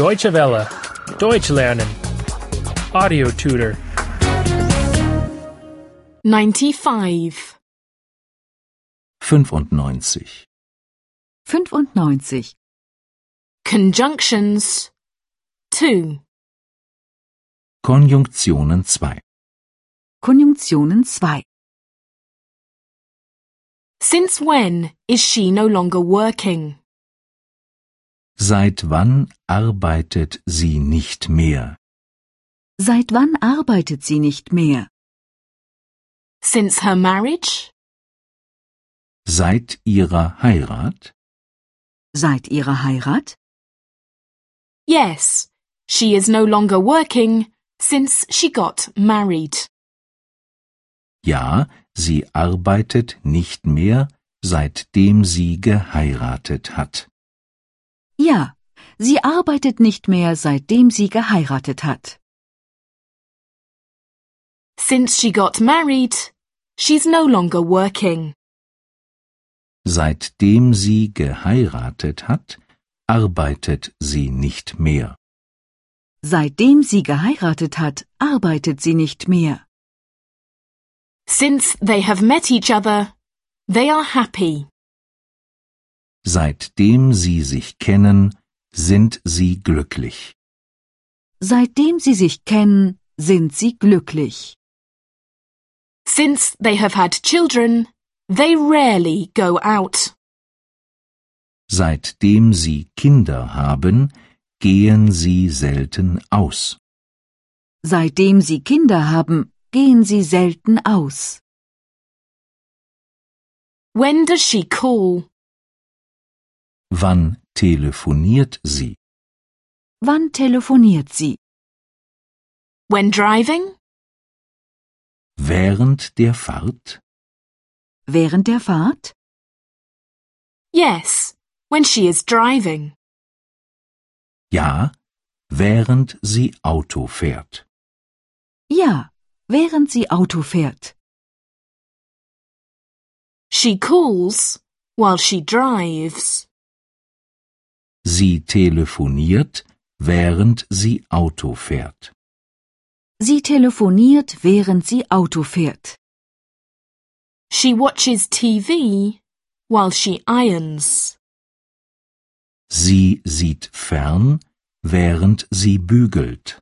Deutsche Welle. Deutsch lernen. Audio tutor. 95. 95. 95. Conjunctions. 2. Konjunktionen 2. Konjunktionen 2. Since when is she no longer working? Seit wann arbeitet sie nicht mehr? Seit wann arbeitet sie nicht mehr? Since her marriage? Seit ihrer Heirat? Seit ihrer Heirat? Yes. She is no longer working since she got married. Ja, sie arbeitet nicht mehr, seitdem sie geheiratet hat. Ja. Sie arbeitet nicht mehr, seitdem sie geheiratet hat. Since she got married, she's no longer working. Seitdem sie geheiratet hat, arbeitet sie nicht mehr. Seitdem sie geheiratet hat, arbeitet sie nicht mehr. Since they have met each other, they are happy. Seitdem sie sich kennen, sind sie glücklich. Seitdem sie sich kennen, sind sie glücklich. Since they have had children, they rarely go out. Seitdem sie Kinder haben, gehen sie selten aus. Seitdem sie Kinder haben, gehen sie selten aus. When does she call? Wann telefoniert sie? Wann telefoniert sie? When driving? Während der Fahrt? Während der Fahrt? Yes, when she is driving. Ja, während sie Auto fährt. Ja, während sie Auto fährt. She calls while she drives. Sie telefoniert, während sie Auto fährt. Sie telefoniert, während sie Auto fährt. She watches TV while she irons. Sie sieht fern, während sie bügelt.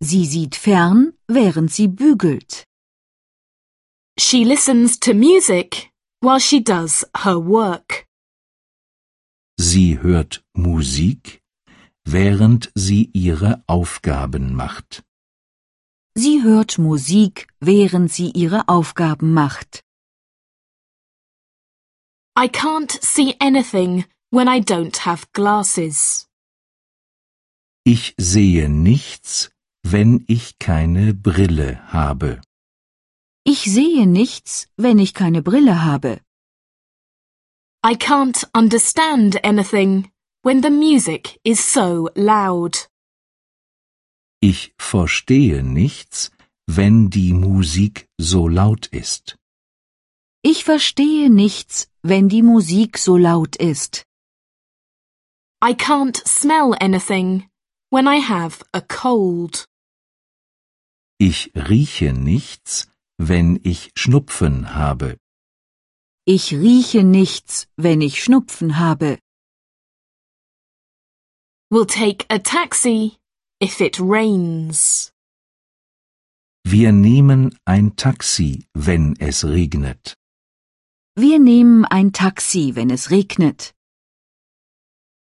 Sie sieht fern, während sie bügelt. She listens to music while she does her work. Sie hört Musik, während sie ihre Aufgaben macht. Sie hört Musik, während sie ihre Aufgaben macht. I can't see anything when I don't have glasses. Ich sehe nichts, wenn ich keine Brille habe. Ich sehe nichts, wenn ich keine Brille habe. I can't understand anything when the music is so loud. Ich verstehe nichts, wenn die Musik so laut ist. Ich verstehe nichts, wenn die Musik so laut ist. I can't smell anything when I have a cold. Ich rieche nichts, wenn ich Schnupfen habe. Ich rieche nichts, wenn ich Schnupfen habe. We'll take a taxi if it rains. Wir nehmen ein Taxi, wenn es regnet. Wir nehmen ein Taxi, wenn es regnet.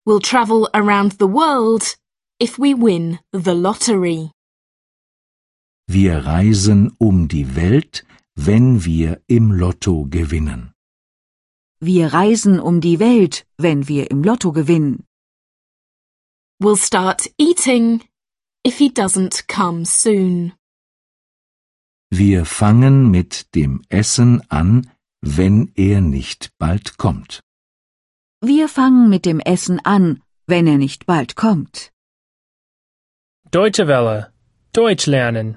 We'll travel around the world if we win the lottery. Wir reisen um die Welt, wenn wir im Lotto gewinnen. Wir reisen um die Welt, wenn wir im Lotto gewinnen. We'll start eating if he doesn't come soon. Wir fangen mit dem Essen an, wenn er nicht bald kommt. Wir fangen mit dem Essen an, wenn er nicht bald kommt. Deutsche Welle. Deutsch lernen.